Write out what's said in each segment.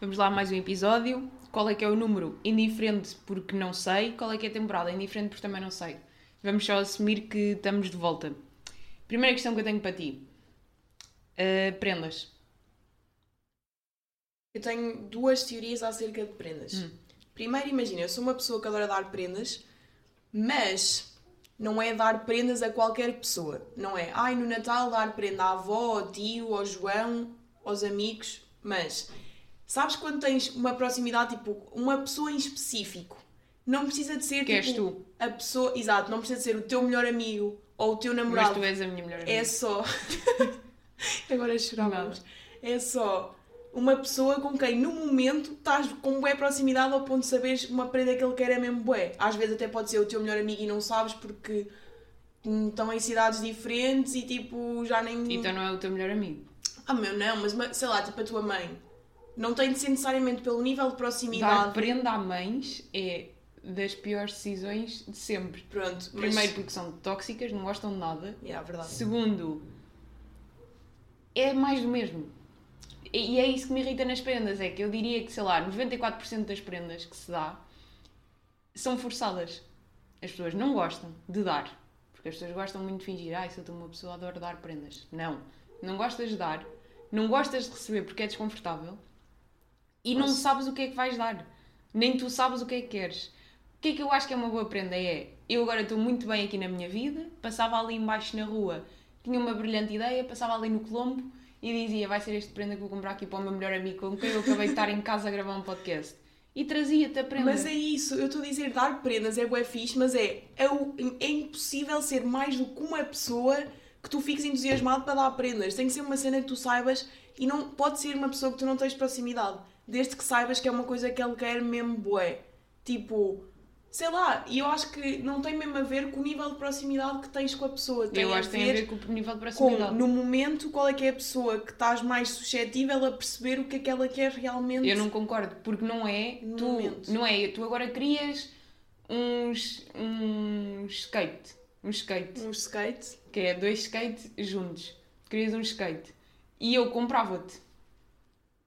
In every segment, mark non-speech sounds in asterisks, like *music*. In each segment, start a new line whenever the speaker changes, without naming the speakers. Vamos lá, mais um episódio. Qual é que é o número? Indiferente porque não sei. Qual é que é a temporada? Indiferente porque também não sei. Vamos só assumir que estamos de volta. Primeira questão que eu tenho para ti. Uh, prendas.
Eu tenho duas teorias acerca de prendas.
Hum.
Primeiro, imagina, eu sou uma pessoa que adora dar prendas, mas não é dar prendas a qualquer pessoa. Não é, ai, no Natal dar prenda à avó, ao tio, ao João, aos amigos, mas sabes quando tens uma proximidade, tipo, uma pessoa em específico? Não precisa de ser
Que és
tipo,
tu.
a pessoa, exato, não precisa de ser o teu melhor amigo ou o teu
Mas
namorado.
tu és a minha melhor amiga.
É só. *laughs* Agora chorávamos. É só uma pessoa com quem no momento estás com bué proximidade ao ponto de saberes uma prenda que ele quer é mesmo bué. Às vezes até pode ser o teu melhor amigo e não sabes porque hum, estão em cidades diferentes e tipo já nem.
Então não é o teu melhor amigo.
Ah, meu, não, mas uma- sei lá, tipo a tua mãe. Não tem de ser necessariamente pelo nível de proximidade.
Dar prenda a mães é das piores decisões de sempre.
Pronto, mas.
Primeiro porque são tóxicas, não gostam de nada.
Yeah, verdade.
Segundo, é mais do mesmo. E e é isso que me irrita nas prendas, é que eu diria que, sei lá, 94% das prendas que se dá são forçadas. As pessoas não gostam de dar. Porque as pessoas gostam muito de fingir, ai, se eu sou uma pessoa, adoro dar prendas. Não. Não gostas de dar, não gostas de receber porque é desconfortável e não
Nossa.
sabes o que é que vais dar. Nem tu sabes o que é que queres. O que é que eu acho que é uma boa prenda? É, eu agora estou muito bem aqui na minha vida, passava ali embaixo na rua, tinha uma brilhante ideia, passava ali no Colombo e dizia, vai ser este prenda que vou comprar aqui para o meu melhor amigo com quem eu acabei de estar em casa a gravar um podcast. E trazia-te a prenda.
Mas é isso, eu estou a dizer, dar prendas é bué fixe, mas é, é, o- é impossível ser mais do que uma pessoa que tu fiques entusiasmado para dar prendas. Tem que ser uma cena que tu saibas e não pode ser uma pessoa que tu não tens proximidade, desde que saibas que é uma coisa que ele quer mesmo bué. Tipo, sei lá, e eu acho que não tem mesmo a ver com o nível de proximidade que tens com a pessoa. Tem
eu
a
acho que tem a ver com o nível de
com,
proximidade.
no momento, qual é que é a pessoa que estás mais suscetível a perceber o que é que ela quer realmente.
Eu não concordo, porque não é.
No
Tu,
momento.
não é, tu agora crias uns, um skate. Um skate.
Um skate.
Que é dois skate juntos. Crias um skate. E eu comprava-te.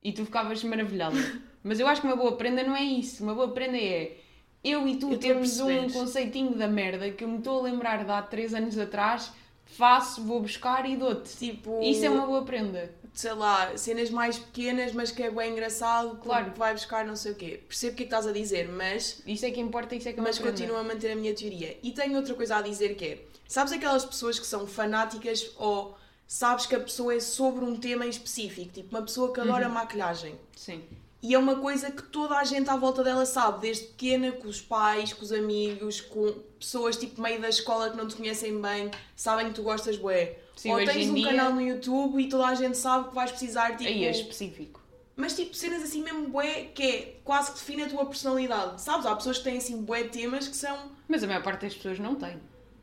E tu ficavas
*laughs*
maravilhada. Mas eu acho que uma boa prenda não é isso. Uma boa prenda é eu e tu
Eu tô a
termos um
perceber.
conceitinho da merda que eu me estou a lembrar de há três anos atrás. Faço, vou buscar e dou-te.
Tipo,
Isso é uma boa prenda.
sei lá, cenas mais pequenas, mas que é bem engraçado,
Claro.
claro que vai buscar não sei o quê. Percebo o que é que estás a dizer, mas,
Isso é que importa, isso é que é uma
mas
prenda.
continuo a manter a minha teoria. E tenho outra coisa a dizer que é, sabes aquelas pessoas que são fanáticas ou sabes que a pessoa é sobre um tema em específico, tipo uma pessoa que
Uhum.
adora maquilhagem.
Sim.
E é uma coisa que toda a gente à volta dela sabe, desde pequena, com os pais, com os amigos, com pessoas tipo meio da escola que não te conhecem bem, sabem que tu gostas bué.
Sim,
Ou
hoje
tens
em
um
dia-
canal no YouTube e toda a gente sabe que vais precisar tipo.
Aí é específico.
Mas tipo, cenas assim mesmo bué, que é quase que define a tua personalidade. Sabes, há pessoas que têm assim bué temas que são...
Mas a maior parte das pessoas não tem.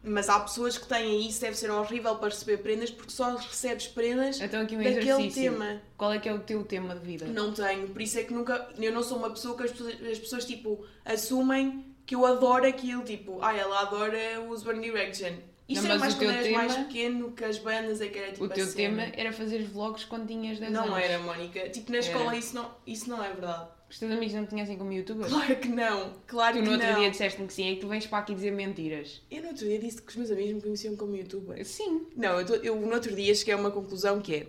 Mas há pessoas que têm e isso, deve ser horrível para receber prendas, porque só recebes prendas
Então aqui um
daquele
exercício.
tema.
Qual é que é o teu tema de vida?
Não tenho, por isso é que nunca... Eu não sou uma pessoa que as pessoas, as pessoas tipo, assumem que eu adoro aquilo, tipo, ah, ela adora os One Direction. Isto
Não,
era
mas
mais
o
quando
teu
eras mais
tema-
pequeno, que as bandas é que era tipo
o teu
a
tema
cena.
era fazer vlogs quando tinhas 10 anos.
Não era, Mónica. Tipo, na
Era.
escola isso não, isso não é verdade.
Os teus amigos não te conhecem como youtuber?
Claro que não, claro
Tu
que
no outro
não.
dia disseste-me que sim, é que tu vens para aqui dizer mentiras.
Eu no outro dia disse que os meus amigos me conheciam como youtuber.
Sim.
Não, eu, tô- eu no outro dia cheguei a uma conclusão que é: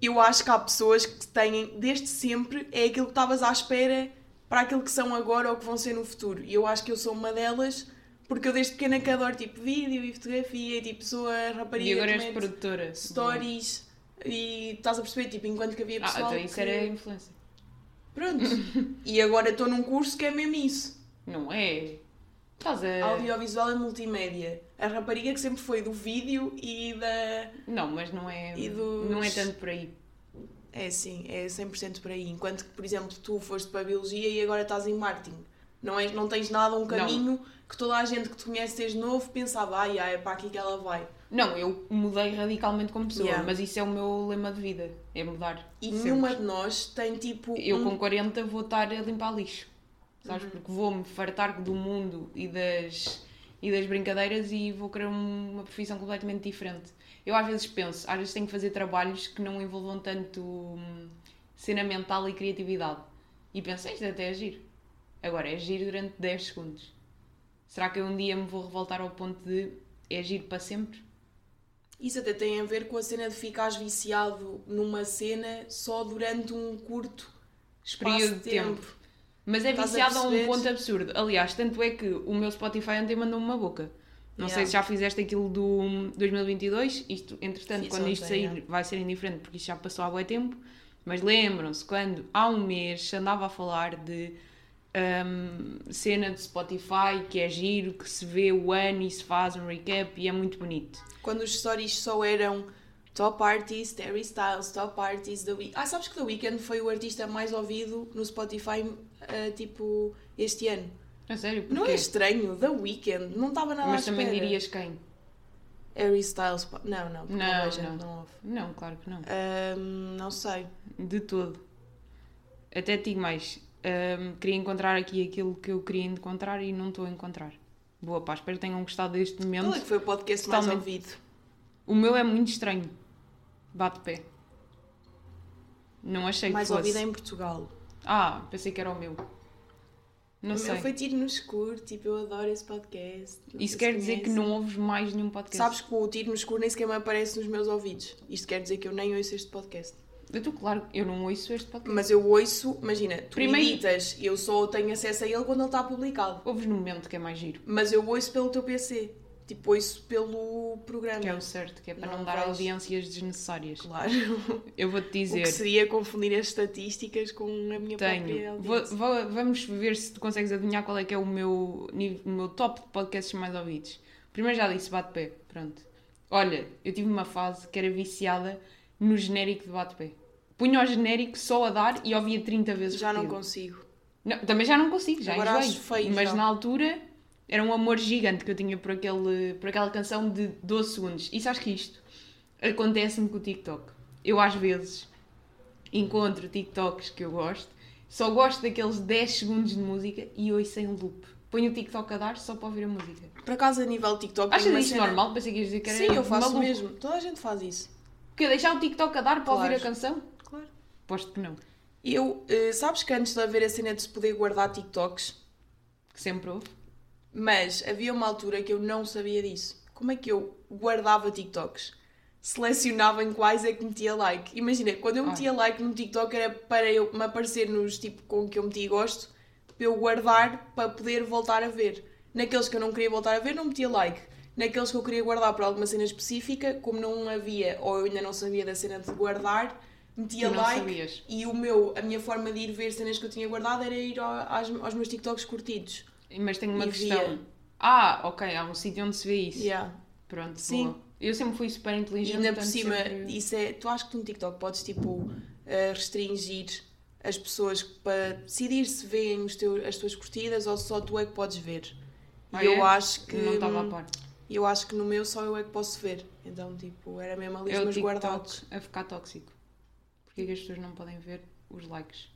eu acho que há pessoas que têm, desde sempre, é aquilo que estavas à espera para aquilo que são agora ou que vão ser no futuro. E eu acho que eu sou uma delas, porque eu desde pequena que adoro tipo vídeo e fotografia, e tipo sou a rapariga
e agora
que
és
mete
produtora.
stories. E estás a perceber, tipo, enquanto que havia
Ah,
pessoal
então isso
que-
era influencer.
*laughs* Pronto. e agora estou num curso que é mesmo isso.
Não é? Estás a...
Audiovisual e multimédia. A rapariga que sempre foi do vídeo e da.
Não, mas não é...
E dos-
Não é tanto por aí.
É sim, é 100% por aí. Enquanto que, por exemplo, tu foste para a biologia e agora estás em marketing. Não, és, não tens nada, um caminho que toda a gente que te conhece desde novo pensava, ai, ai, é para aqui que ela vai.
Não, eu mudei radicalmente como pessoa,
Yeah.
mas isso é o meu lema de vida. É mudar.
E
Sempre.
nenhuma de nós tem tipo.
Eu
um- Uhum.
com 40 vou estar a limpar lixo. Sabes? Porque vou-me fartar do mundo e das, e das brincadeiras e vou querer um- uma profissão completamente diferente. Eu às vezes penso, às vezes tenho que fazer trabalhos que não envolvam tanto hum, cena mental e criatividade. E pensei, isto até é giro. Agora, é giro durante 10 segundos. Será que eu um dia me vou revoltar ao ponto de é giro para sempre?
Isso até tem a ver com a cena de ficares viciado numa cena só durante um curto espaço
Período
de
de tempo.
tempo.
Mas é
Estás a
viciado a, um
perceber?
ponto absurdo. Aliás, tanto é que o meu Spotify ontem mandou-me uma boca. Não
Yeah.
sei se já fizeste aquilo do 2022. Isto, entretanto,
Fiz
quando isto
ontem,
sair,
yeah.
vai ser indiferente porque isto já passou há bué tempo. Mas lembram-se quando há um mês se andava a falar de hum, cena de Spotify que é giro, que se vê o ano e se faz um recap e é muito bonito.
Quando os stories só eram top artist, Harry Styles, top artist, The Weeknd. Ah, sabes que The Weeknd foi o artista mais ouvido no Spotify, eh, tipo, este ano.
É sério,
Não é
porquê?
estranho? The Weeknd. Não estava nada
Mas
à
também
espera.
dirias quem?
Harry Styles. pá, Não, não. porque
Não,
vejo,
não.
não ouve.
Não, claro que não.
Ahm, não sei.
De todo. Até te digo mais. hum, queria encontrar aqui aquilo que eu queria encontrar e não estou a encontrar. Boa, pá, espero que tenham gostado deste
Qual é
momento.
que foi o podcast mais
um Totalmente.
ouvido?
O meu é muito estranho. Bate pé. Não achei
mais
que fosse.
ouvido em Portugal.
Ah, pensei que era o meu. Não
o
sei.
meu foi tiro no escuro, tipo, eu adoro esse podcast. Não sei
Isso
se
quer dizer que
conhecem.
não ouves mais nenhum podcast.
Sabes que o tiro no escuro nem sequer me aparece nos meus ouvidos. Isto quer dizer que eu nem ouço este podcast.
Eu estou claro, eu não ouço este podcast.
Mas eu ouço, imagina, tu
Primeiro-
editas, eu só tenho acesso a ele quando ele está publicado.
Ouves no momento que é mais giro.
Mas eu ouço pelo teu PC. Tipo, ouço pelo
Que é
programa.
o certo, que é para não,
Não
dar
vejo.
audiências desnecessárias.
Claro.
Eu vou-te
O que
dizer.
seria confundir as estatísticas com a minha própria
Tenho. Vou-
audiência.
vou- vamos ver se tu consegues adivinhar qual é que é o meu, nível- o meu top de podcasts mais ouvidos. Primeiro já disse bate-pé, pronto. Olha, eu tive uma fase que era viciada no genérico de bate-pé. Punha o genérico só a dar e ouvia 30 vezes
Já não
repetido.
consigo.
Não, Também já não consigo, já
Agora
enjoei.
acho feio,
Mas
já.
na altura era um amor gigante que eu tinha por, aquele, por aquela canção de 12 segundos. E sabes que isto acontece-me com o TikTok. Eu às vezes encontro TikToks que eu gosto, só gosto daqueles 10 segundos de música e ouço em loop. Ponho o TikTok a dar só para ouvir a música.
Por acaso, a nível TikTok...
Achas
tenho uma
isso
cena-
normal? Pensei que ias dizer que era
Sim, eu faço
maluco.
mesmo. Toda a gente faz isso.
Porque deixar o TikTok a dar para ouvir a
Claro.
canção?
Claro.
Posto que não.
Eu, eh, sabes que antes de haver a cena de se poder guardar TikToks,
Que sempre houve.
mas havia uma altura que eu não sabia disso. Como é que eu guardava TikToks? Selecionava em quais é que metia like. Imagina, quando eu
Ah.
metia like no TikTok era para eu me aparecer nos tipo com que eu meti gosto, para eu guardar para poder voltar a ver. Naqueles que eu não queria voltar a ver, não metia like. Naqueles que eu queria guardar para alguma cena específica, como não havia ou eu ainda não sabia da cena de guardar, metia
Tu não
like
sabias.
e o meu, a minha forma de ir ver cenas que eu tinha guardado era ir ao- às- aos meus TikToks curtidos.
Mas tenho uma
E via.
questão. Ah, ok, há um sítio onde se vê isso.
Yeah.
Pronto,
Sim.
boa. Eu sempre fui super
E
inteligente.
ainda por
portanto,
cima,
é sempre-
isso é. Tu acho que no TikTok podes tipo eh, restringir as pessoas para decidir se veem os teus, as tuas curtidas ou só tu é que podes ver. E
Ah,
eu
é?
acho que.
Não estava a par.
Eu acho que no meu só eu é que posso ver. Então, tipo, era mesmo ali
É
os
o
meus
TikTok
guardados.
a ficar tóxico. Porquê que as pessoas não podem ver os likes?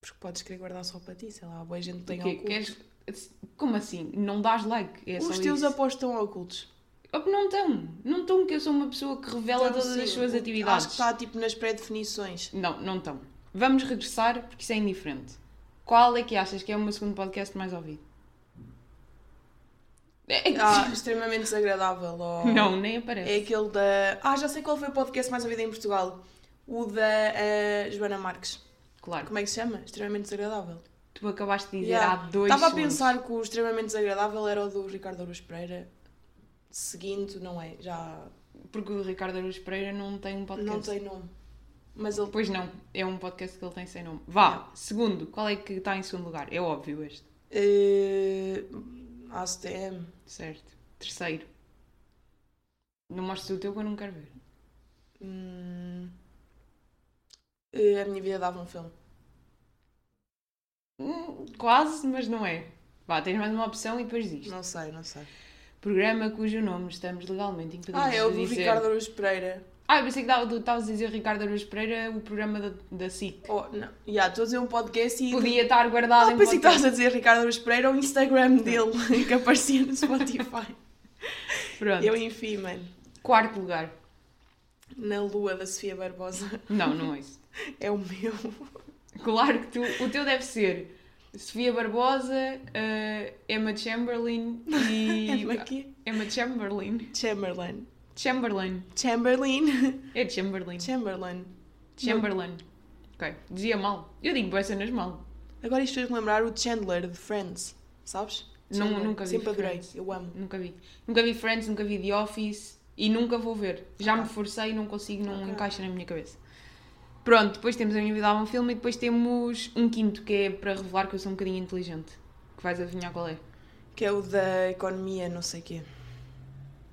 Porque podes querer guardar só para ti, sei lá, boa gente que tem
Porquê?
ocultos.
Queres- Como assim? Não dás like? É
Os
só
teus
isso.
aposto estão ocultos.
Oh, Não estão. Não estão que eu sou uma pessoa que revela
Então,
todas as
sim,
suas
o-
atividades.
Acho que está tipo nas pré-definições.
Não, não estão. Vamos regressar porque isso é indiferente. Qual é que achas que é o meu segundo podcast mais ouvido? É- é-
Ah, *laughs* extremamente desagradável. ó.
*laughs* Não, nem
É
aparece.
aquele da. Ah, já sei qual foi o podcast mais ouvido em Portugal. O da eh, Joana Marques.
Claro.
Como é que se chama? Extremamente desagradável.
Tu acabaste de dizer
Yeah.
há dois
Estava a
segundos.
pensar que o extremamente desagradável era o do Ricardo Aruz Pereira. Seguinte, não é? Já
Porque o Ricardo Aruz Pereira não tem um podcast.
não tem nome. Mas ele.
Pois não, é um podcast que ele tem sem nome. Vá, segundo, qual é que está em segundo lugar? É óbvio este,
eh, ACTM.
certo? Terceiro. Não mostres o teu que eu não quero ver.
Hum, eh, a minha vida dava um filme.
Hum, quase, mas não é. Vá, tens mais uma opção e depois diz.
Não sei, não sei.
Programa cujo nome estamos legalmente impedidos
Ah, é o
de
do
dizer.
Ricardo Aruz Pereira.
Ah, eu pensei que dava- tu estavas a dizer Ricardo Aruz Pereira, o programa da, da SIC.
Oh, não. Já, estou a dizer um podcast e.
Podia estar guardado
Ah,
em
pensei que
podcast.
estavas a dizer Ricardo Aruz Pereira ou o Instagram dele *laughs* que aparecia no Spotify.
Pronto.
*laughs* Eu, enfim, mano.
Quarto lugar.
Na lua da Sofia Barbosa.
Não, não é isso.
É o meu.
Claro que tu, o teu deve ser Sofia Barbosa, eh, Emma Chamberlain
*laughs*
e.
Emma quê?
Emma Chamberlain.
É Chamberlain.
Chamberlain.
Chamberlain. *laughs*
É Chamberlain.
Chamberlain.
Chamberlain. Ok. Dizia mal. Eu digo boas cenas mal.
Agora isto fez-me lembrar o Chandler de Friends, sabes?
Não-
Chandler.
nunca vi
Sempre adorei,
Friends.
eu amo.
Nunca vi. Nunca vi Friends, nunca vi The Office e nunca vou ver. Já me forcei e não consigo, não
Ok.
encaixa na minha cabeça. Pronto, depois temos a minha vida um filme e depois temos um quinto que é para revelar que eu sou um bocadinho inteligente. Que vais adivinhar qual é.
Que é o da economia, não sei o quê.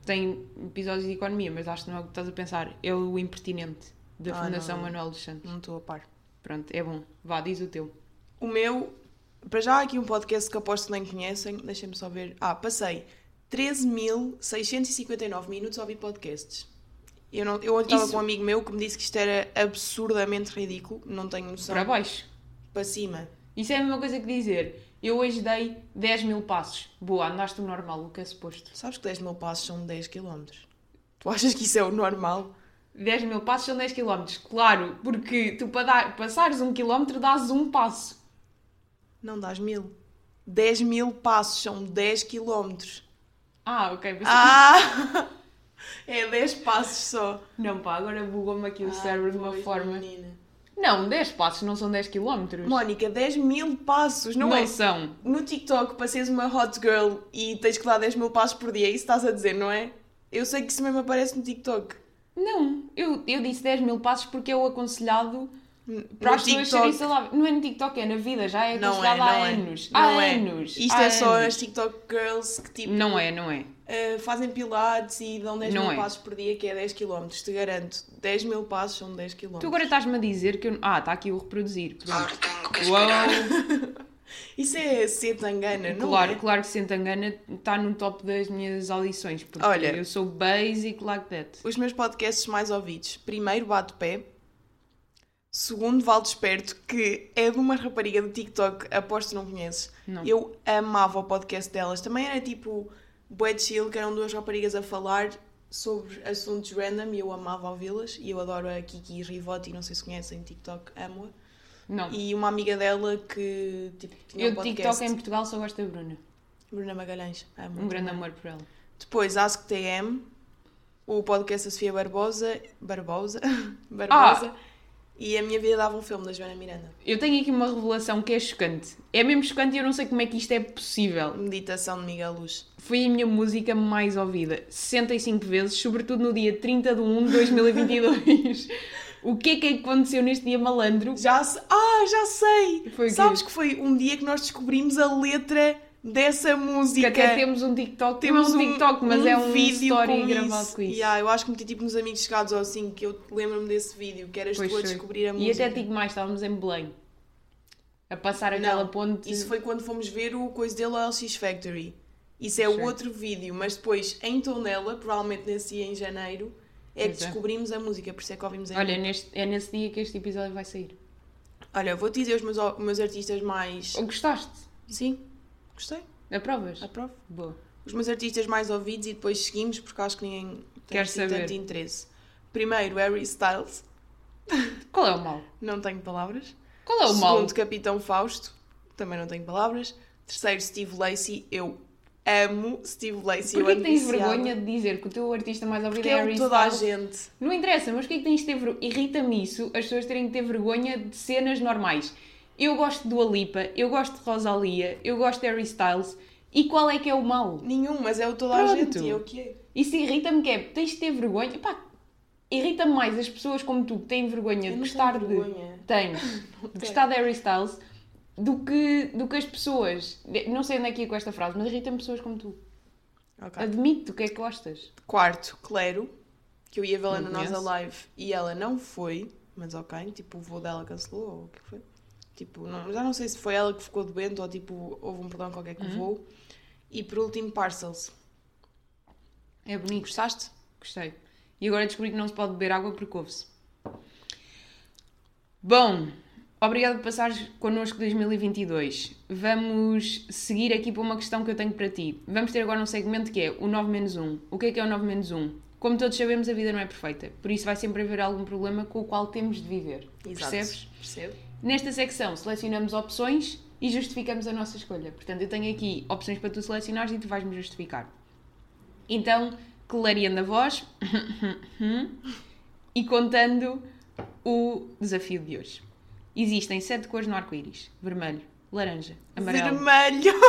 Tem episódios de economia, mas acho que não é o que estás a pensar. É o Impertinente, da
Ah,
Fundação
não.
Manuel dos Santos.
Não estou a par.
Pronto, é bom. Vá, diz o teu.
O meu, para já há aqui um podcast que aposto que nem conhecem, deixem-me só ver. Ah, passei 13.659 minutos a ouvir podcasts. Eu, não, eu ontem estava
Isso-
com um amigo meu que me disse que isto era absurdamente ridículo, não tenho noção.
Para baixo.
Para cima.
Isso é a mesma coisa que dizer. Eu hoje dei 10 mil passos. Boa, andaste o normal, o que é suposto.
Sabes que 10 mil passos são 10 km. Tu achas que isso é o normal?
10 mil passos são 10 km. Claro, porque tu para dar, passares um quilómetro dás um passo.
Não dás mil. 10 mil passos são 10 km.
*laughs* Ah, ok. pensei-
Ah! *laughs* É 10 passos só.
Não, pá, agora bugou-me aqui o
Ah,
cérebro de uma
pois,
forma.
menina.
Não, 10 passos não são 10 km.
Mónica, 10 mil passos, não,
não
é?
são.
No TikTok, para seres uma hot girl e tens que dar 10 mil passos por dia, isso estás a dizer, não é? Eu sei que isso mesmo aparece no TikTok.
Não, eu, eu disse 10 mil passos porque é o aconselhado
N-
para
no
as pessoas serem
TikTok.
saudáveis. Não é no TikTok, é na vida, já é
Não é,
aconselhado
não
há
é.
anos.
Não
há
é.
anos.
Isto
há
é só
anos.
as TikTok girls que tipo
Não é, não é.
Uh, fazem pilates e dão 10
Não
mil
é.
passos por dia, que é 10 km. Te garanto, 10 mil passos são 10 km.
Tu agora estás-me a dizer que eu. Ah, está aqui o reproduzir. Pronto. Uou!
Isso é ser tangana, não
Claro,
é?
claro que Santangana está no top das minhas audições, porque
Olha.
eu sou basic like that.
Os meus podcasts mais ouvidos. Primeiro, Bato Pé. Segundo, Val Desperto, que é de uma rapariga do TikTok, aposto que não conheces.
Não.
Eu amava o podcast delas. Também era tipo bué de chill, que eram duas raparigas a falar sobre assuntos random e eu amava ouvi-las. E eu adoro a Kiki Rivotti, não sei se conhecem, TikTok, amo-a.
Não.
e uma amiga dela que tipo, tinha
eu
um
de
podcast.
TikTok em Portugal só gosto da Bruna.
Bruna Magalhães. Amo.
Um grande amor por ela.
Depois Ask TM, o podcast da Sofia Barbosa, Barbosa, *laughs* Barbosa
Ah!
e a minha vida dava um filme da Joana Miranda.
Eu tenho aqui uma revelação que é chocante. É mesmo chocante e eu não sei como é que isto é possível.
Meditação de Miguel Luz.
Foi a minha música mais ouvida, 65 vezes, sobretudo no dia 30 de 1 de
*laughs*
2022. o que é que aconteceu neste dia malandro?
Já se... Ah, já sei!
Foi o quê?
Sabes que foi um dia que nós descobrimos a letra dessa
Que
música.
até temos um TikTok, temos um TikTok, mas é um story gravado com isso.
Yeah, eu acho que meti tipo nos amigos chegados ou assim, que eu lembro-me desse vídeo, que eras
Pois
tu a
foi.
descobrir a
E
música.
até digo mais, estávamos em Belém. A passar aquela
Não,
ponte.
Isso foi quando fomos ver o coisa dele ao LX Factory. Isso é
Sim.
o outro vídeo, mas depois em Tondela, provavelmente nesse dia em janeiro, é
Pois
que
é.
descobrimos a música, por isso é que ouvimos em
Olha, neste- é nesse dia que este episódio vai sair.
Olha, vou-te dizer os meus, os meus artistas mais.
Ou gostaste?
Sim, gostei,
Aprovas?
aprovo.
Boa.
Os meus artistas mais ouvidos e depois seguimos porque acho que ninguém tem
Quer
assim
saber.
tanto interesse. Primeiro, Harry Styles,
Qual é o mal?
não tenho palavras.
Qual é o mal?
Segundo, Capitão Fausto, também não tenho palavras. Terceiro, Steve Lacey, eu amo Steve Lacey. eu
Porquê que tens
amo-lhe
vergonha de dizer que o teu artista mais ouvido
Porque
é
é
Harry
o toda a
Styles?
gente.
Não interessa, mas porquê que tens de ter vergonha? Irrita-me isso, as pessoas terem que ter vergonha de cenas normais. Eu gosto do Alipa, eu gosto de Rosalia, eu gosto de Harry Styles. E qual é que é o mal?
Nenhum, mas é o toda a
Pronto.
gente. E é o que é.
Isso irrita-me que é, tens de ter vergonha. Pá, irrita-me mais as pessoas como tu que têm vergonha de
Eu *laughs* não
gostar
tenho
de.
vergonha.
Tens. de
tenho.
gostar de Harry Styles do que, do que as pessoas. Não sei onde é que ia com esta frase, mas irrita-me pessoas como tu.
Ok.
Admite o que é que gostas.
Quarto, Clero, que eu ia vê-la
Não
na nossa
conheço.
live e ela não foi, mas ok, tipo, o voo dela cancelou ou o que foi. Tipo, não, já não sei se foi ela que ficou doente ou tipo, houve um problema qualquer com o
Uhum.
voo. E por último, Parcels.
É bonito.
Gostaste?
Gostei. E agora descobri que não se pode beber água porque ouve-se. Bom, obrigado por passares connosco 2022. Vamos seguir um. aqui para uma questão que eu tenho para ti. Vamos ter agora um segmento que é o 9 menos 1. O que é que é o 9 menos 1? Como todos sabemos, a vida não é perfeita, por isso vai sempre haver algum problema com o qual temos de viver. Percebes?
Percebo.
Nesta secção selecionamos opções e justificamos a nossa escolha. Portanto, eu tenho aqui opções para tu selecionares e tu vais-me justificar. Então, clareando a voz *laughs* e contando o desafio de hoje. Existem sete cores no arco-íris: vermelho, laranja, amarelo.
Vermelho. *laughs*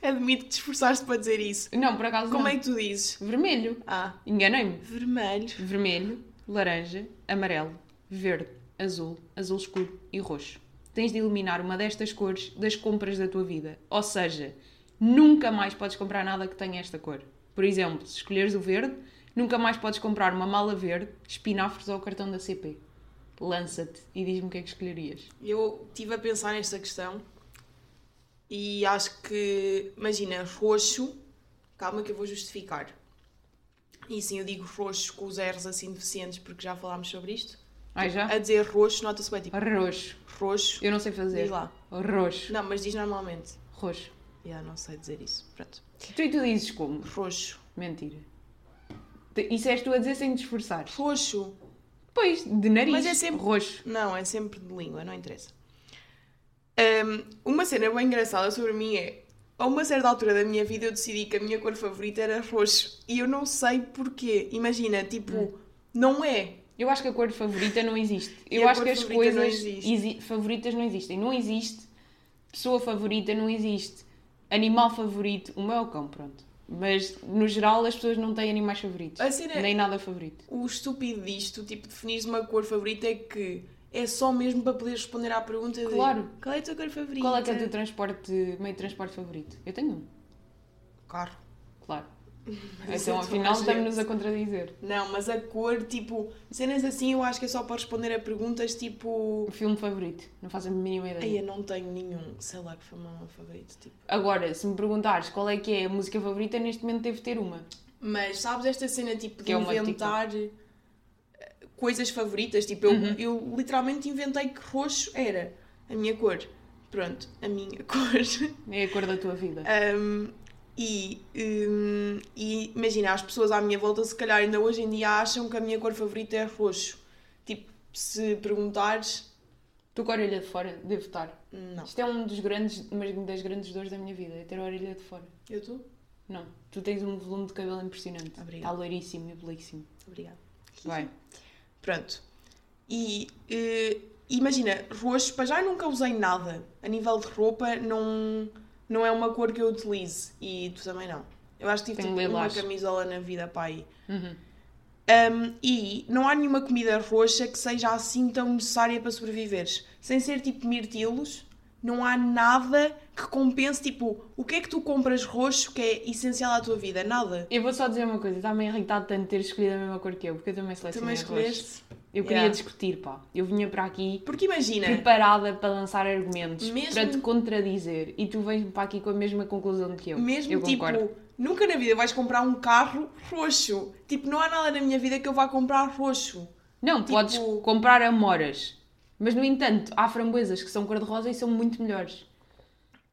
Admito que te esforçaste para dizer isso.
Não, por acaso
Como
não.
é que tu dizes?
Vermelho.
Ah,
Enganei-me.
vermelho.
Vermelho, laranja, amarelo, verde, azul, azul escuro e roxo. Tens de eliminar uma destas cores das compras da tua vida. Ou seja, nunca mais podes comprar nada que tenha esta cor. Por exemplo, se escolheres o verde, nunca mais podes comprar uma mala verde, espinafres ou o cartão da CP. Lança-te e diz-me o que é que escolherias.
Eu estive a pensar nesta questão e acho que, imagina, roxo. Calma que eu vou justificar. E sim, eu digo roxo com os erros assim deficientes porque já falámos sobre isto.
Ai já?
A dizer roxo, nota-se bem, tipo,
Roxo.
roxo.
Eu não sei fazer.
Diz lá.
Roxo.
Não, mas diz normalmente.
Roxo.
Já não sei dizer isso. Pronto.
Tu e tu dizes como?
Roxo.
Mentira. Te- Isso és tu a dizer sem te esforçar.
Roxo.
Pois, de nariz.
Mas é sempre-
Roxo.
Não, é sempre de língua, não interessa. Ahm, uma cena bem engraçada sobre mim é. A uma certa altura da minha vida eu decidi que a minha cor favorita era roxo. E eu não sei porquê. Imagina, tipo,
Hum.
não é.
Eu acho que a cor favorita não existe.
E
Eu
a
acho
cor
que as
favorita
coisas
não existe.
exi- favoritas não existem. Não existe. Pessoa favorita não existe. Animal favorito, o meu é o cão, pronto. Mas, no geral, as pessoas não têm animais favoritos.
A cena é-
Nem nada favorito.
O estúpido disto, tipo, definir uma cor favorita é que é só mesmo para poder responder à pergunta de
Claro.
qual é a tua cor favorita?
Qual é que é o teu transporte, meio de transporte favorito? Eu tenho um,
Carro.
claro.
Mas
então,
eu sou
afinal,
mais
estamos-nos a
é gente.
contradizer.
Não, mas a cor, tipo, cenas assim eu acho que é só para responder a perguntas tipo.
O filme favorito, não faço a mínima ideia.
Ai, é. eu não tenho nenhum, sei lá que foi o meu favorito, tipo.
Agora, se me perguntares qual é que é a música favorita, neste momento devo ter uma.
Mas sabes esta cena tipo de
Que é uma
inventar eh, coisas favoritas? Tipo, eu,
Uhum.
eu literalmente inventei que roxo era a minha cor. Pronto, a minha *laughs* cor.
É a cor da tua vida.
Um, e, um, e imagina, as pessoas à minha volta se calhar ainda hoje em dia acham que a minha cor favorita é roxo. Tipo, se perguntares,
Tu com a orelha de fora, devo estar.
não.
Isto é um dos grandes, uma das grandes dores da minha vida, é ter a orelha de fora.
Eu estou?
Não, tu tens um volume de cabelo impressionante.
Obrigada.
Está loiríssimo e belíssimo.
Obrigada.
Vai.
Pronto. E eh, imagina, roxo, para já eu nunca usei nada. A nível de roupa, não, não é uma cor que eu utilize. E tu também não. Eu acho que tive
Tem
tipo, uma
lilás.
camisola na vida, pai. Um,
Uhum.
e não há nenhuma comida roxa que seja assim tão necessária para sobreviveres. Sem ser tipo mirtilos, não há nada que compense. Tipo, o que é que tu compras roxo que é essencial à tua vida? Nada.
Eu vou só dizer uma coisa, está-me irritado tanto ter escolhido a mesma cor que eu, porque eu também selecionei
Também
a roxa.
escolheste.
Eu queria
Yeah.
discutir, pá. Eu vinha para aqui
Porque imagina.
preparada para lançar argumentos,
Mesmo-
para te contradizer, e tu vens para aqui com a mesma conclusão que eu.
Mesmo
eu
tipo,
concordo.
nunca na vida vais comprar um carro roxo. Tipo, não há nada na minha vida que eu vá comprar roxo.
Não,
tipo-
podes comprar amoras. Mas, no entanto, há framboesas que são cor-de-rosa e são muito melhores.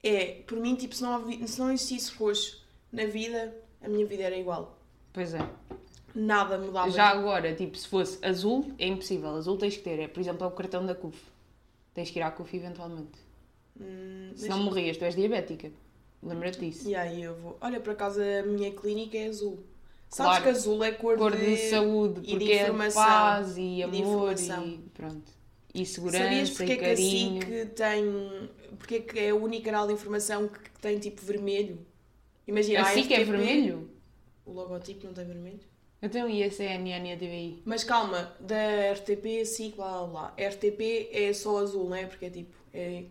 É, por mim, tipo, se não, havi- se não existisse roxo na vida, a minha vida era igual.
Pois é.
Nada mudava.
Já agora, tipo, se fosse azul, é impossível. Azul tens que ter. É, por exemplo, é o cartão da CUF. Tens que ir à CUF eventualmente.
Hum,
Se não morrias, tu és diabética. Lembra-te disso.
E aí eu vou. Olha, por acaso a minha clínica é azul. Sabes
Claro.
que azul é cor,
Cor de saúde,
e de
porque é
informação.
paz e
de
amor e,
informação.
pronto. E
Sabias
segurança
porque
e
é que a
carinho.
SIC tem. Porque é que é o único canal de informação que que tem tipo vermelho? Imagina,
A SIC é
RTP,
vermelho?
O logotipo não tem vermelho?
Então e a CNN e a TVI?
Mas calma, da RTP, sim, blá blá blá. RTP é só azul, não é? Porque é tipo, é,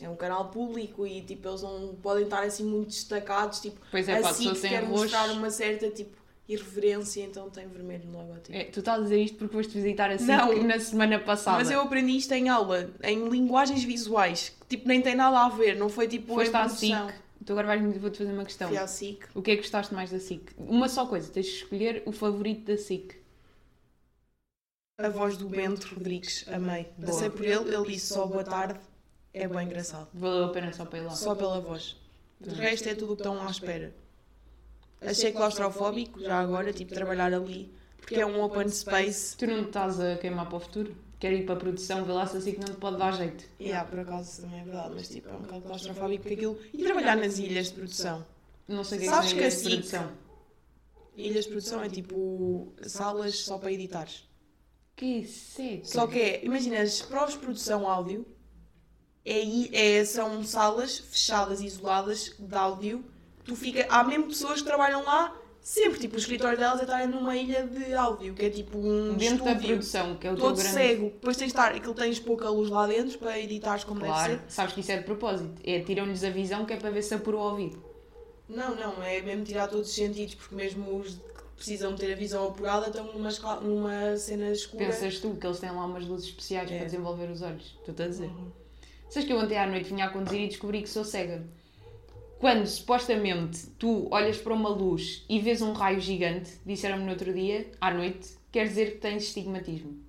é um canal público e tipo, eles não podem estar assim muito destacados. Tipo,
Pois é, pá, a
assim
pessoa
que
tem
quer
roxo.
mostrar uma certa tipo irreverência, então tem vermelho tipo. no logotipo.
É, tu estás a dizer isto porque foste visitar a SIC
Não.
na semana passada.
Mas eu aprendi isto em aula, em linguagens visuais, que tipo nem tem nada a ver, não foi tipo
Foste
em
à SIC. então.
produção.
Tu agora vais-me vou-te fazer uma questão.
Fui à SIC.
O que é que gostaste mais da SIC? Uma só coisa, tens de escolher o favorito da SIC.
A voz do Bento Rodrigues, amei. Passei por ele, ele disse só boa tarde, é bem engraçado.
Valeu a pena só para ir lá.
Só pela voz. De resto é tudo o que estão à espera. a ser claustrofóbico, já agora, tipo, trabalhar ali, porque é um open space.
Tu não te estás a queimar para o futuro? Quer ir para a produção, vê lá se assim que não te pode dar jeito.
Yeah, por acaso também é verdade, mas tipo, é um bocado claustrofóbico porque aquilo. E trabalhar nas ilhas de produção.
Não sei o que é
Sabes
que,
que
é
a
de
SIC
produção.
Ilhas de produção é tipo salas só para editar.
Que seca.
Só que é, imagina, as provas de produção áudio é, i- é- são salas fechadas, isoladas de áudio. Tu fica, há mesmo pessoas que trabalham lá sempre. Tipo, o escritório delas é estarem numa ilha de áudio, que é tipo um
Dentro da
estúdio
produção, que é o teu
todo
grande...
cego. Depois tens de estar, aquilo tens pouca luz lá dentro para editares como deve
Claro,
ser.
sabes que isso é de propósito. É, tiram-lhes a visão que é para ver se apurou o ouvido.
Não, não, é mesmo tirar todos os sentidos, porque mesmo os que precisam ter a visão apurada estão numa, escla- numa cena escura.
Pensas tu que eles têm lá umas luzes especiais
É.
para desenvolver os olhos. Tu estás a dizer?
Uhum.
Sabes que eu ontem à noite vinha a conduzir e descobri que sou cega. Quando supostamente tu olhas para uma luz e vês um raio gigante, disseram-me no outro dia, à noite, quer dizer que tens estigmatismo.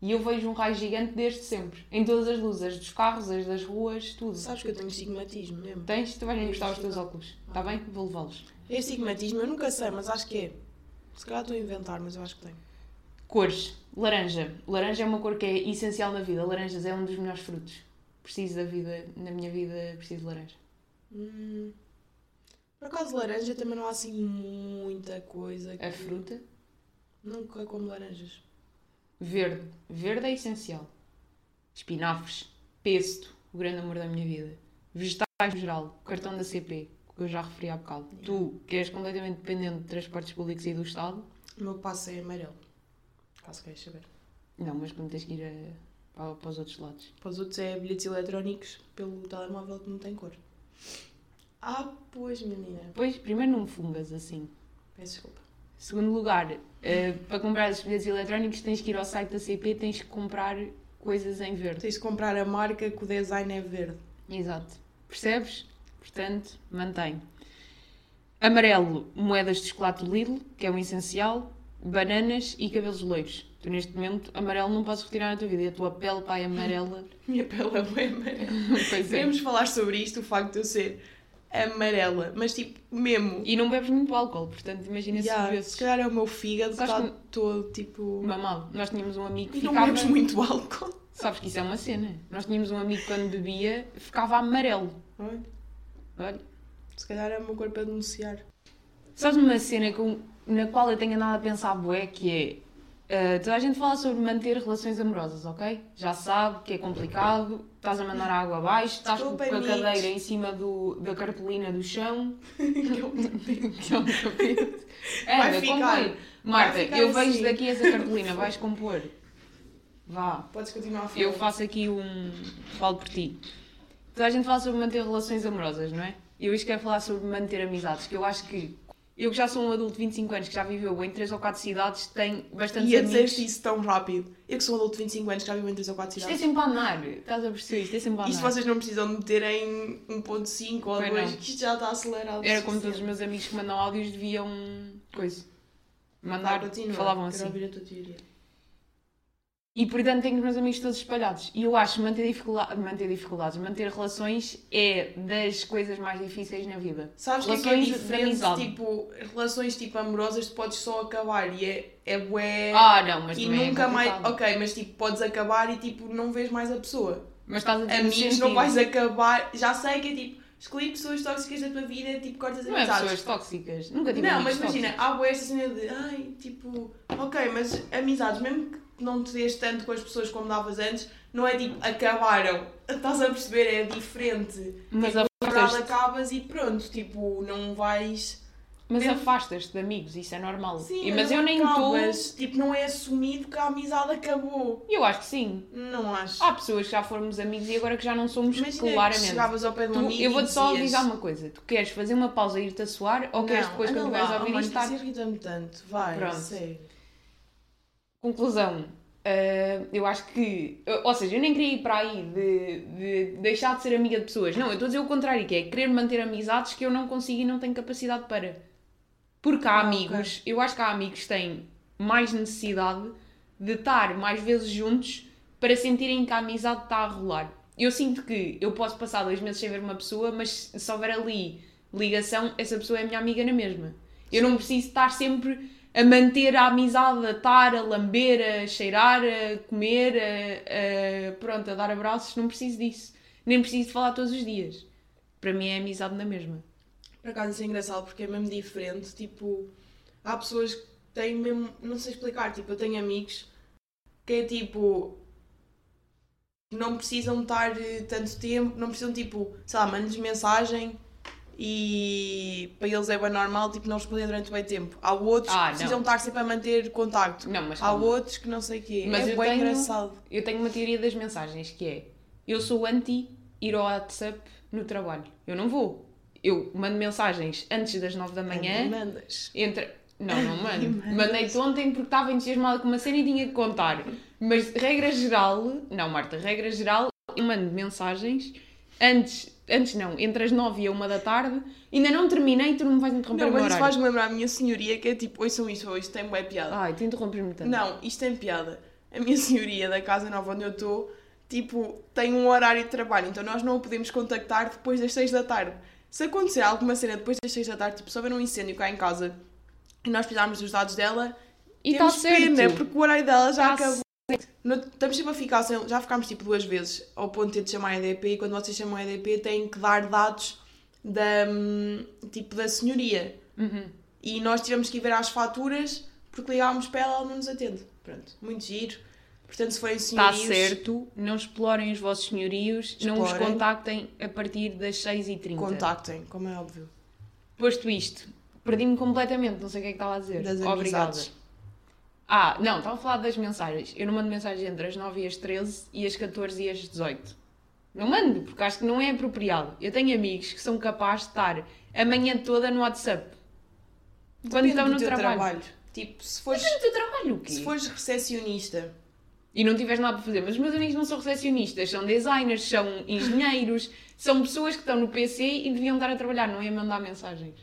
E eu vejo um raio gigante desde sempre. Em todas as luzes, as dos carros, as das ruas, tudo.
Sabes que eu tenho estigmatismo mesmo.
Tens? Tu vais encostar os teus óculos. Está bem? Vou levá-los.
É estigmatismo, eu nunca sei, mas acho que é. Se calhar estou a inventar, mas eu acho que tenho.
Cores. Laranja. Laranja é uma cor que é essencial na vida. Laranjas é um dos melhores frutos. Preciso da vida, na minha vida, preciso de laranja.
Hum. Por acaso, laranja também não há assim muita coisa.
A
que-
fruta.
Nunca como laranjas.
Verde. Verde é essencial. Espinafres. Pesto. O grande amor da minha vida. Vegetais no geral. Cartão da CP. Que eu já referi há bocado. Tu, que és completamente dependente de transportes públicos e do Estado.
O meu passo é amarelo. Caso queiras saber.
Não, mas como tens que ir a- para, para os outros lados.
Para os outros é bilhetes eletrónicos pelo telemóvel que não tem cor. Ah, pois, menina.
Pois, primeiro não fungas assim.
Peço desculpa.
Segundo lugar, eh, para comprar esses bilhetes eletrónicos tens que ir ao site da CP, tens que comprar coisas em verde.
Tens de comprar a marca que o design é verde. *laughs*
Exato. Percebes? Portanto, mantém. Amarelo, moedas de chocolate do Lidl, que é um essencial, bananas e cabelos loiros. Tu, neste momento, amarelo não podes retirar da tua vida. A tua pele está amarela.
*laughs* Minha pele é bué amarela.
Pois é.
Queremos falar sobre isto, o facto de eu ser amarela. Mas, tipo, mesmo.
E não bebes muito álcool, portanto, imagina
Yeah,
se
Se
bebesses
calhar é o meu fígado
Sabes
está todo tipo.
uma mal. Nós tínhamos um amigo que
E não
ficava...
bebes muito álcool.
Sabes que isso é uma cena. Nós tínhamos um amigo que, quando bebia, ficava amarelo.
Ai,
Olha,
Se calhar é o meu corpo a denunciar.
Sabes uma cena com- na qual eu tenho andado a pensar bué, que é... uh, toda a gente fala sobre manter relações amorosas, ok? Já se sabe que é complicado, estás a mandar a água abaixo, estás com com a
Desculpem, amigos.
cadeira em cima do, da cartolina do
*laughs*
chão.
Que é
*laughs*
um tapete.
Que é um tapete.
Vai
Anda,
ficar.
compõe. Marta,
Vai ficar
eu vejo
assim.
daqui essa cartolina, vais compor. Vá.
Podes continuar a falar.
Eu faço aqui um. Falo por ti. Toda a gente fala sobre manter relações amorosas, não é? Eu hoje quero falar sobre manter amizades, que eu acho que. Eu que já sou um adulto de 25 anos, que já viveu em 3 ou 4 cidades, tenho bastantes
E a
amigos.
dizer isso tão rápido. Eu que sou um adulto de 25 anos, já vivo em 3 ou 4
Isto é
cidades.
sempre a andar, estás a perceber? Isto é sempre a andar.
Isto vocês não precisam de meter em 1.5 ou
Pois
2,
não.
que isto já está acelerado.
Era como todos os meus amigos que mandam áudios deviam. coisa. Mandar, falavam assim.
Tá, Ah, ouvir a tua teoria.
E portanto tenho os meus amigos todos espalhados. E eu acho que manter, dificula- manter dificuldades, manter relações é das coisas mais difíceis na vida.
Sabes o que é que é
relações de
diferente,
amizade.
tipo, relações tipo amorosas, tu podes só acabar e é, é bué...
Ah, não, mas
e
também é
nunca mais...
complicado.
Ok, mas tipo, podes acabar e tipo, não vês mais a pessoa.
Mas estás a dizer assim, no
amigos,
sentido-
não vais acabar. Já sei que é tipo, excluir pessoas tóxicas da tua vida, tipo, cortas
Não é pessoas
amizades.
tóxicas. Nunca tive
não, mas
amigos
imagina, há boa esta cena de, ai, tipo, ok, mas amizades, mesmo que não te dês tanto com as pessoas como davas antes, não é tipo, acabaram. Estás a perceber? É diferente.
tóxicas. Mas
tipo, afinal
afastas-te
acabas e pronto, tipo, não vais.
mas
mesmo-
afastas-te de amigos, isso é normal.
Sim,
E- mas eu
não
nem estou.
acabas. Tipo, não é assumido que a amizade acabou.
Eu acho que sim.
Não acho.
Há pessoas que já fomos amigos e agora que já não somos
Imagina que
Ah, claramente.
chegavas ao pé de um
Tu-
amigo
eu
e
vou-te só
dizias,
avisar uma coisa. Tu queres fazer uma pausa e ir-te a suar ou queres depois,
anda
quando vais
lá,
ouvir
oh,
isto, estar
Isso irrita-me tanto, vai,
Pronto.
segue.
Conclusão. Ah, eu acho que. Ou seja, eu nem queria ir para aí de, de deixar de ser amiga de pessoas. Não, eu estou a dizer o contrário, que é querer manter amizades que eu não consigo e não tenho capacidade para. Porque há
Ah, ok.
amigos, eu acho que há amigos que têm mais necessidade de estar mais vezes juntos para sentirem que a amizade está a rolar. Eu sinto que eu posso passar dois meses sem ver uma pessoa, mas se houver ali ligação, essa pessoa é a minha amiga na mesma. Eu não preciso estar sempre a manter a amizade, a estar, a lamber, a cheirar, a comer, a, a- pronto, a dar abraços. Não preciso disso. Nem preciso de falar todos os dias. Para mim é amizade na mesma.
Por acaso isso é engraçado porque é mesmo diferente. Tipo, há pessoas que têm mesmo. Não sei explicar. Tipo, eu tenho amigos que é tipo. Não precisam estar eh, tanto tempo, não precisam, tipo, sei lá, mandes mensagem e para eles é bem normal, tipo, não responder durante bem tempo. Há outros
Ah,
que precisam
não.
estar sempre a manter contacto.
Não, mas
Há
calma.
outros que não sei o quê.
Mas
é
eu
bem
tenho-
engraçado.
Eu tenho uma teoria das mensagens que é: eu sou anti ir ao WhatsApp no trabalho. Eu não vou. Eu mando mensagens antes das 9 da manhã.
Mandas.
Entre... Não, não mando.
Mandas.
Mandei-te ontem porque estava entusiasmada com uma cena e tinha que contar. Mas regra geral, não, Marta, regra geral, eu mando mensagens antes, antes não, entre as 9 e a 1 da tarde, ainda não terminei e tu não me vais interromper
Não,
o meu
mas isso
um horário. Ah,
faz-me lembrar a minha senhoria que é tipo, ouçam isso, ou isto tem boa piada.
Ai, tu interrompes-me tanto.
Não, isto tem piada. A minha *laughs* senhoria da casa nova onde eu estou, tipo, tem um horário de trabalho, então nós não o podemos contactar depois das 6 da tarde. Se acontecer alguma cena depois das 6 da tarde, tipo, se houver um incêndio cá em casa e nós precisarmos dos dados dela,
E está
temos pena, é
certo.
porque o horário dela já
Tá
acabou. Não- estamos sempre a ficar sem, já ficámos tipo duas vezes ao ponto de ter de chamar a EDP e quando vocês chamam a EDP têm que dar dados da, hum, tipo, da senhoria.
Uhum.
E nós tivemos que ir ver às faturas porque ligámos para ela ela não nos atende. Pronto, muito giro. Portanto, se forem
Está
senhorios...
Tá certo, não explorem os vossos senhorios, não os
Explorem.
contactem a partir das 6h30.
Contactem, como é óbvio.
Posto isto, perdi-me completamente, não sei o que é que estava a dizer.
Das
Obrigada.
amizades.
Ah, não, estava a falar das mensagens. Eu não mando mensagens entre as 9 e as 13 e as 14 e as 18. Não mando, porque acho que não é apropriado. Eu tenho amigos que são capazes de estar a manhã toda no WhatsApp. Quando
Depende
estão
do
no
teu
trabalho.
Tipo, se fores,
Mas é o teu trabalho o quê?
se fores recepcionista,
E não tiveres nada para fazer. Mas os meus amigos não são recepcionistas, são designers, são engenheiros, são pessoas que estão no PC e deviam estar a trabalhar, não é mandar mensagens.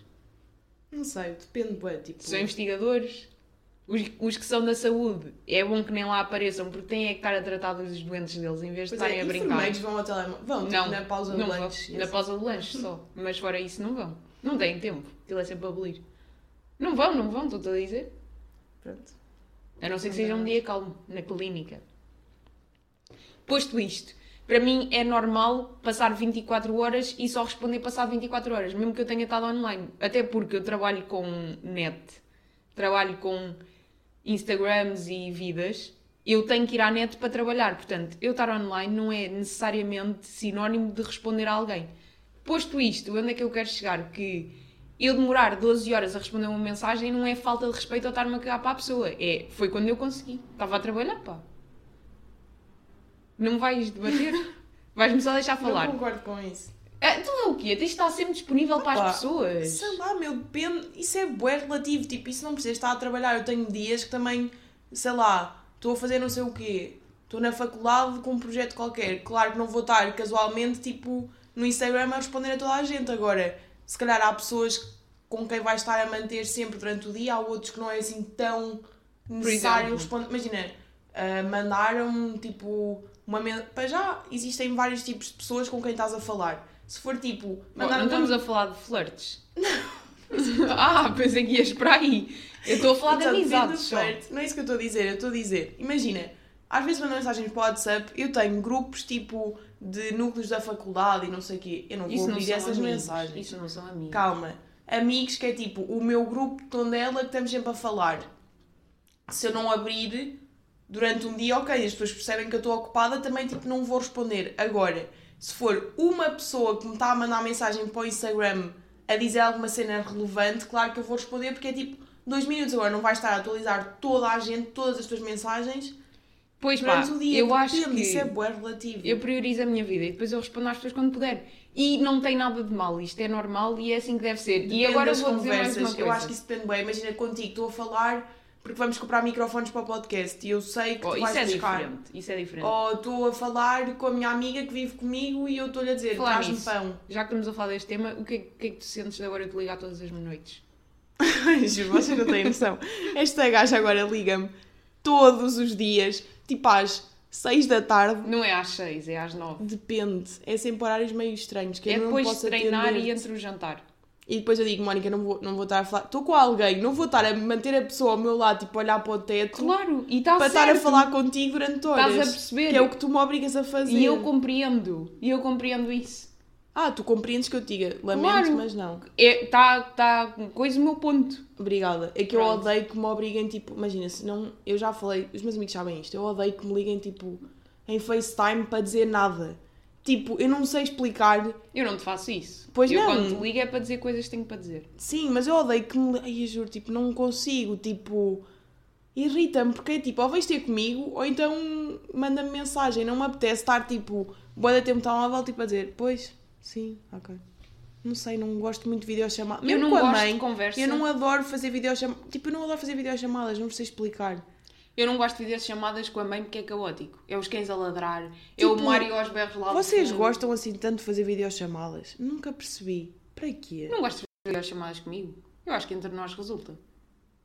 não sei, depende, bué, tipo...
são investigadores. Os, os que são da saúde, é bom que nem lá apareçam, porque têm é que estar a tratar dos doentes deles em vez de
Pois
estarem
é,
a brincar.
enfermeiros vão ao telemóvel. Vão, tipo,
Não,
na pausa
não
do
vão.
lanche.
Na
assim.
pausa do lanche
*laughs*
só. Mas fora isso, não vão. Não têm tempo. Aquilo é sempre a abolir. Não vão, não vão, estou-te a dizer.
Pronto.
A não ser que seja um dia calmo, na clínica. Posto isto, para mim é normal passar 24 horas e só responder passado 24 horas, mesmo que eu tenha estado online. Até porque eu trabalho com net, trabalho com Instagrams e vidas. Eu tenho que ir à net para trabalhar, portanto, eu estar online não é necessariamente sinónimo de responder a alguém. Posto isto, onde é que eu quero chegar? Que eu demorar 12 horas a responder uma mensagem não é falta de respeito ou estar-me a cagar para a pessoa. É, foi quando eu consegui. Estava a trabalhar, pá. Não vais
*laughs*
debater? Vais-me só deixar falar.
Não concordo com isso.
Ah, tu é o quê? Tens de estar sempre disponível para
Opa,
as pessoas.
Sei lá, meu, depende. Isso é bué relativo. Tipo, isso não precisa estar a trabalhar. Eu tenho dias que também, sei lá, estou a fazer não sei o quê. Estou na faculdade com um projeto qualquer. Claro que não vou estar casualmente, tipo, no Instagram a responder a toda a gente. Agora, se calhar há pessoas com quem vais estar a manter sempre durante o dia, há outros que não é assim tão necessário
exemplo.
responder. Imagina, ah, mandaram tipo uma. men- Para já existem vários tipos de pessoas com quem estás a falar. Se for tipo,
Oh, não
mandaram uma
estamos a falar de flirts. *laughs* ah, pensei que ias para aí. Eu estou a falar de
Então, depende
amizades
do
só.
flerte. Não é isso que eu estou a dizer, eu estou a dizer. Imagina, às vezes mando mensagens para o WhatsApp, eu tenho grupos tipo de núcleos da faculdade e não sei o quê. Eu não
Isso
vou
não
ouvir
são
essas
amigos.
mensagens.
Isso não são amigos.
Calma. Amigos, que é tipo o meu grupo de tondela que estamos sempre a falar. Se eu não abrir durante um dia, ok, as pessoas percebem que eu estou ocupada, também tipo não vou responder. Agora, se for uma pessoa que me está a mandar mensagem para o Instagram a dizer alguma cena relevante, claro que eu vou responder porque é tipo dois minutos agora, não vais estar a atualizar toda a gente, todas as tuas mensagens
Pois pá,
durante o dia.
eu acho
Depende,
que...
isso é bué relativo.
Eu priorizo a minha vida e depois eu respondo às pessoas quando puder. E não tem nada de mal, isto é normal e é assim que deve ser. e
Depende
agora eu
das
vou dizer mais uma
conversas.
coisa.
Eu acho que isso depende bem. Imagina contigo, estou a falar porque vamos comprar microfones para o podcast e eu sei que
Oh,
tu
isso
vais
é
buscar.
diferente, isso é diferente.
Ou estou a falar com a minha amiga que vive comigo e eu estou-lhe a dizer,
Falar
traz-me
nisso.
pão. *laughs*
Já que estamos a falar deste tema, o que é, o que, é que tu sentes de agora eu te ligar todas as noites?
Juro, vocês não têm noção. Esta gaja agora liga-me todos os dias, tipo às 6 da tarde.
Não é às seis, é às nove.
Depende. É sempre horários meio estranhos. Que
é
eu não
depois de
posso
treinar
atender.
e entre o jantar.
E depois eu digo, Mónica, não vou, não vou estar a falar. Estou com alguém, não vou estar a manter a pessoa ao meu lado, tipo, a olhar para o teto.
Claro, e está
Para
Tá certo.
estar a falar contigo durante horas.
Estás a perceber?
Que é o que tu me obrigas a fazer.
E eu compreendo. E eu compreendo isso.
Ah, tu compreendes que eu te diga. Lamento,
Claro.
mas não.
Está tá, coisa o meu ponto.
Obrigada. É que eu
Pronto.
odeio que me obriguem, tipo, imagina, se não. Eu já falei, os meus amigos sabem isto, eu odeio que me liguem, tipo, em FaceTime para dizer nada. Tipo, eu não sei explicar.
Eu não te faço isso.
Pois
eu
não.
quando te ligo é para dizer coisas que tenho para dizer.
Sim, mas eu odeio que me. Ai, eu juro, tipo, não consigo, tipo. Irrita-me, porque é tipo, ou vais ter comigo, ou então manda-me mensagem. Não me apetece estar, tipo, boa tempo telemóvel, tipo, a dizer, pois, sim, ok. Não sei, não gosto muito de videochamada. Mesmo
eu não
com a
gosto
mãe,
de conversa.
eu não adoro fazer videochamadas. Tipo, eu não adoro fazer videochamadas, não sei explicar.
Eu não gosto de fazer chamadas com a mãe porque é caótico. É os cães a ladrar, é o
Tipo,
Mário aos berros lá do
Vocês
fundo.
gostam assim tanto de fazer videochamadas? Nunca percebi. Para quê?
Não gostas de fazer chamadas comigo? Eu acho que entre nós resulta.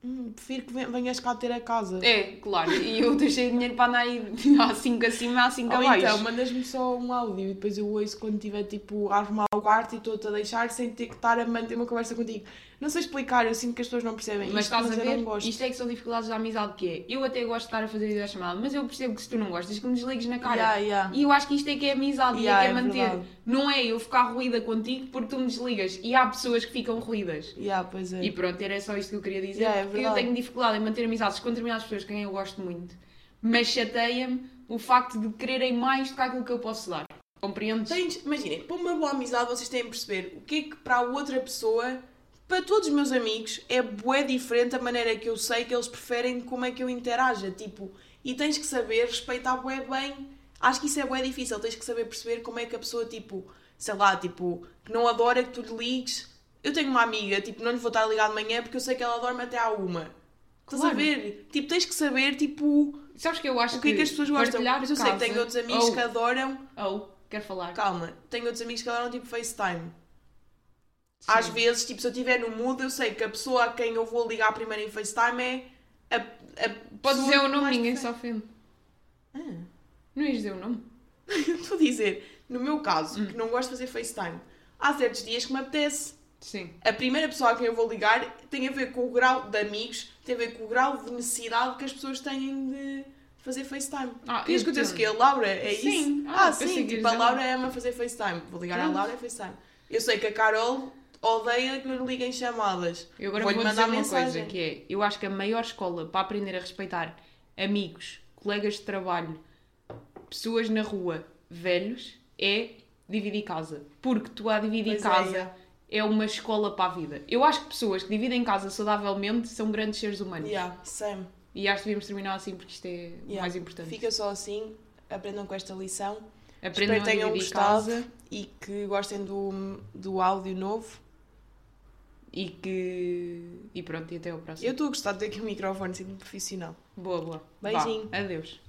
Hum, prefiro que ven- venhas cá ter a casa.
É, claro. E eu deixei dinheiro para andar aí há 5 acima, há 5
Ou
abaixo.
então, mandas-me só um áudio e depois eu ouço quando tiver tipo a arrumar o quarto e estou-te a deixar sem ter que estar a manter uma conversa contigo. Não sei explicar, eu sinto que as pessoas não percebem
Mas
isto,
estás a
eu não
ver?
gosto.
Isto é que são dificuldades da amizade que é. Eu até gosto de estar a fazer videochamada, mas eu percebo que se tu não gostas, que me desligues na cara.
Yeah, yeah.
E eu acho que isto é que é amizade
Yeah,
e é que é,
é
manter.
verdade.
Não é eu ficar ruída contigo porque tu me desligas. E há pessoas que ficam ruídas.
Yeah, pois é.
E pronto, era só isto que eu queria dizer.
Yeah, é
porque eu
verdade.
tenho dificuldade em manter amizades com determinadas pessoas com quem eu gosto muito. Mas chateia-me o facto de quererem mais do que aquilo que eu posso dar. Compreendes?
Tens- imaginem, para uma boa amizade vocês têm de perceber o que é que para a outra pessoa, para todos os meus amigos, é bué diferente a maneira que eu sei que eles preferem como é que eu interaja, tipo, e tens que saber respeitar bué bem. Acho que isso é bué difícil, tens que saber perceber como é que a pessoa, tipo, sei lá, tipo, que não adora que tu lhe ligues. Eu tenho uma amiga, tipo, não lhe vou estar ligado de manhã porque eu sei que ela dorme até à uma. Estás a
Claro.
ver? Tipo, tens que saber, tipo,
Sabes que eu acho
o que é que as pessoas gostam.
partilhar
Mas eu sei que
casa-
tenho outros amigos
Oh,
que adoram
oh, quero falar.
Calma, tenho outros amigos que adoram tipo FaceTime. Às vezes, tipo, se eu estiver no mood, eu sei que a pessoa a quem eu vou ligar primeiro em FaceTime é a, a
Podes dizer
pessoa
o
que
nome,
mais
ninguém
prefere.
se ofende.
Ah. *laughs*
Não ias dizer o nome?
Eu Estou a dizer, no meu
Hum.
caso, que não gosto de fazer FaceTime, há certos dias que me apetece.
Sim.
A primeira pessoa a quem eu vou ligar tem a ver com o grau de amigos, tem a ver com o grau de necessidade que as pessoas têm de fazer FaceTime.
Ah,
Querias que eu dissesse o quê?
entendo.
A Laura? É isso?
Sim.
Ah,
Ah, pensei que
sim.
ias
Tipo, a
dizer
Laura ama fazer FaceTime. Vou ligar
Pronto.
à Laura e FaceTime. Eu sei que a Carol odeia que lhe liguem chamadas.
Eu agora
Vou-lhe
vou dizer
mandar
uma
mensagem.
coisa que é, eu acho que a maior escola para aprender a respeitar amigos, colegas de trabalho, pessoas na rua, velhos, é dividir casa. Porque tu a dividir
Pois é,
casa
yeah.
é. uma escola para a vida. Eu acho que pessoas que dividem casa saudavelmente são grandes seres humanos.
Yeah, same.
E acho que devíamos terminar assim porque isto é o
Yeah.
mais importante.
Fica só assim. Aprendam com esta lição.
Aprendam
Espero que tenham
a dividir
gostado
casa
e que gostem do, do áudio novo.
e que... E pronto, e até ao próximo.
Eu estou a gostar de ter aqui um microfone, sinto-me assim, profissional.
Boa, boa. Vá.
Beijinho.
Adeus.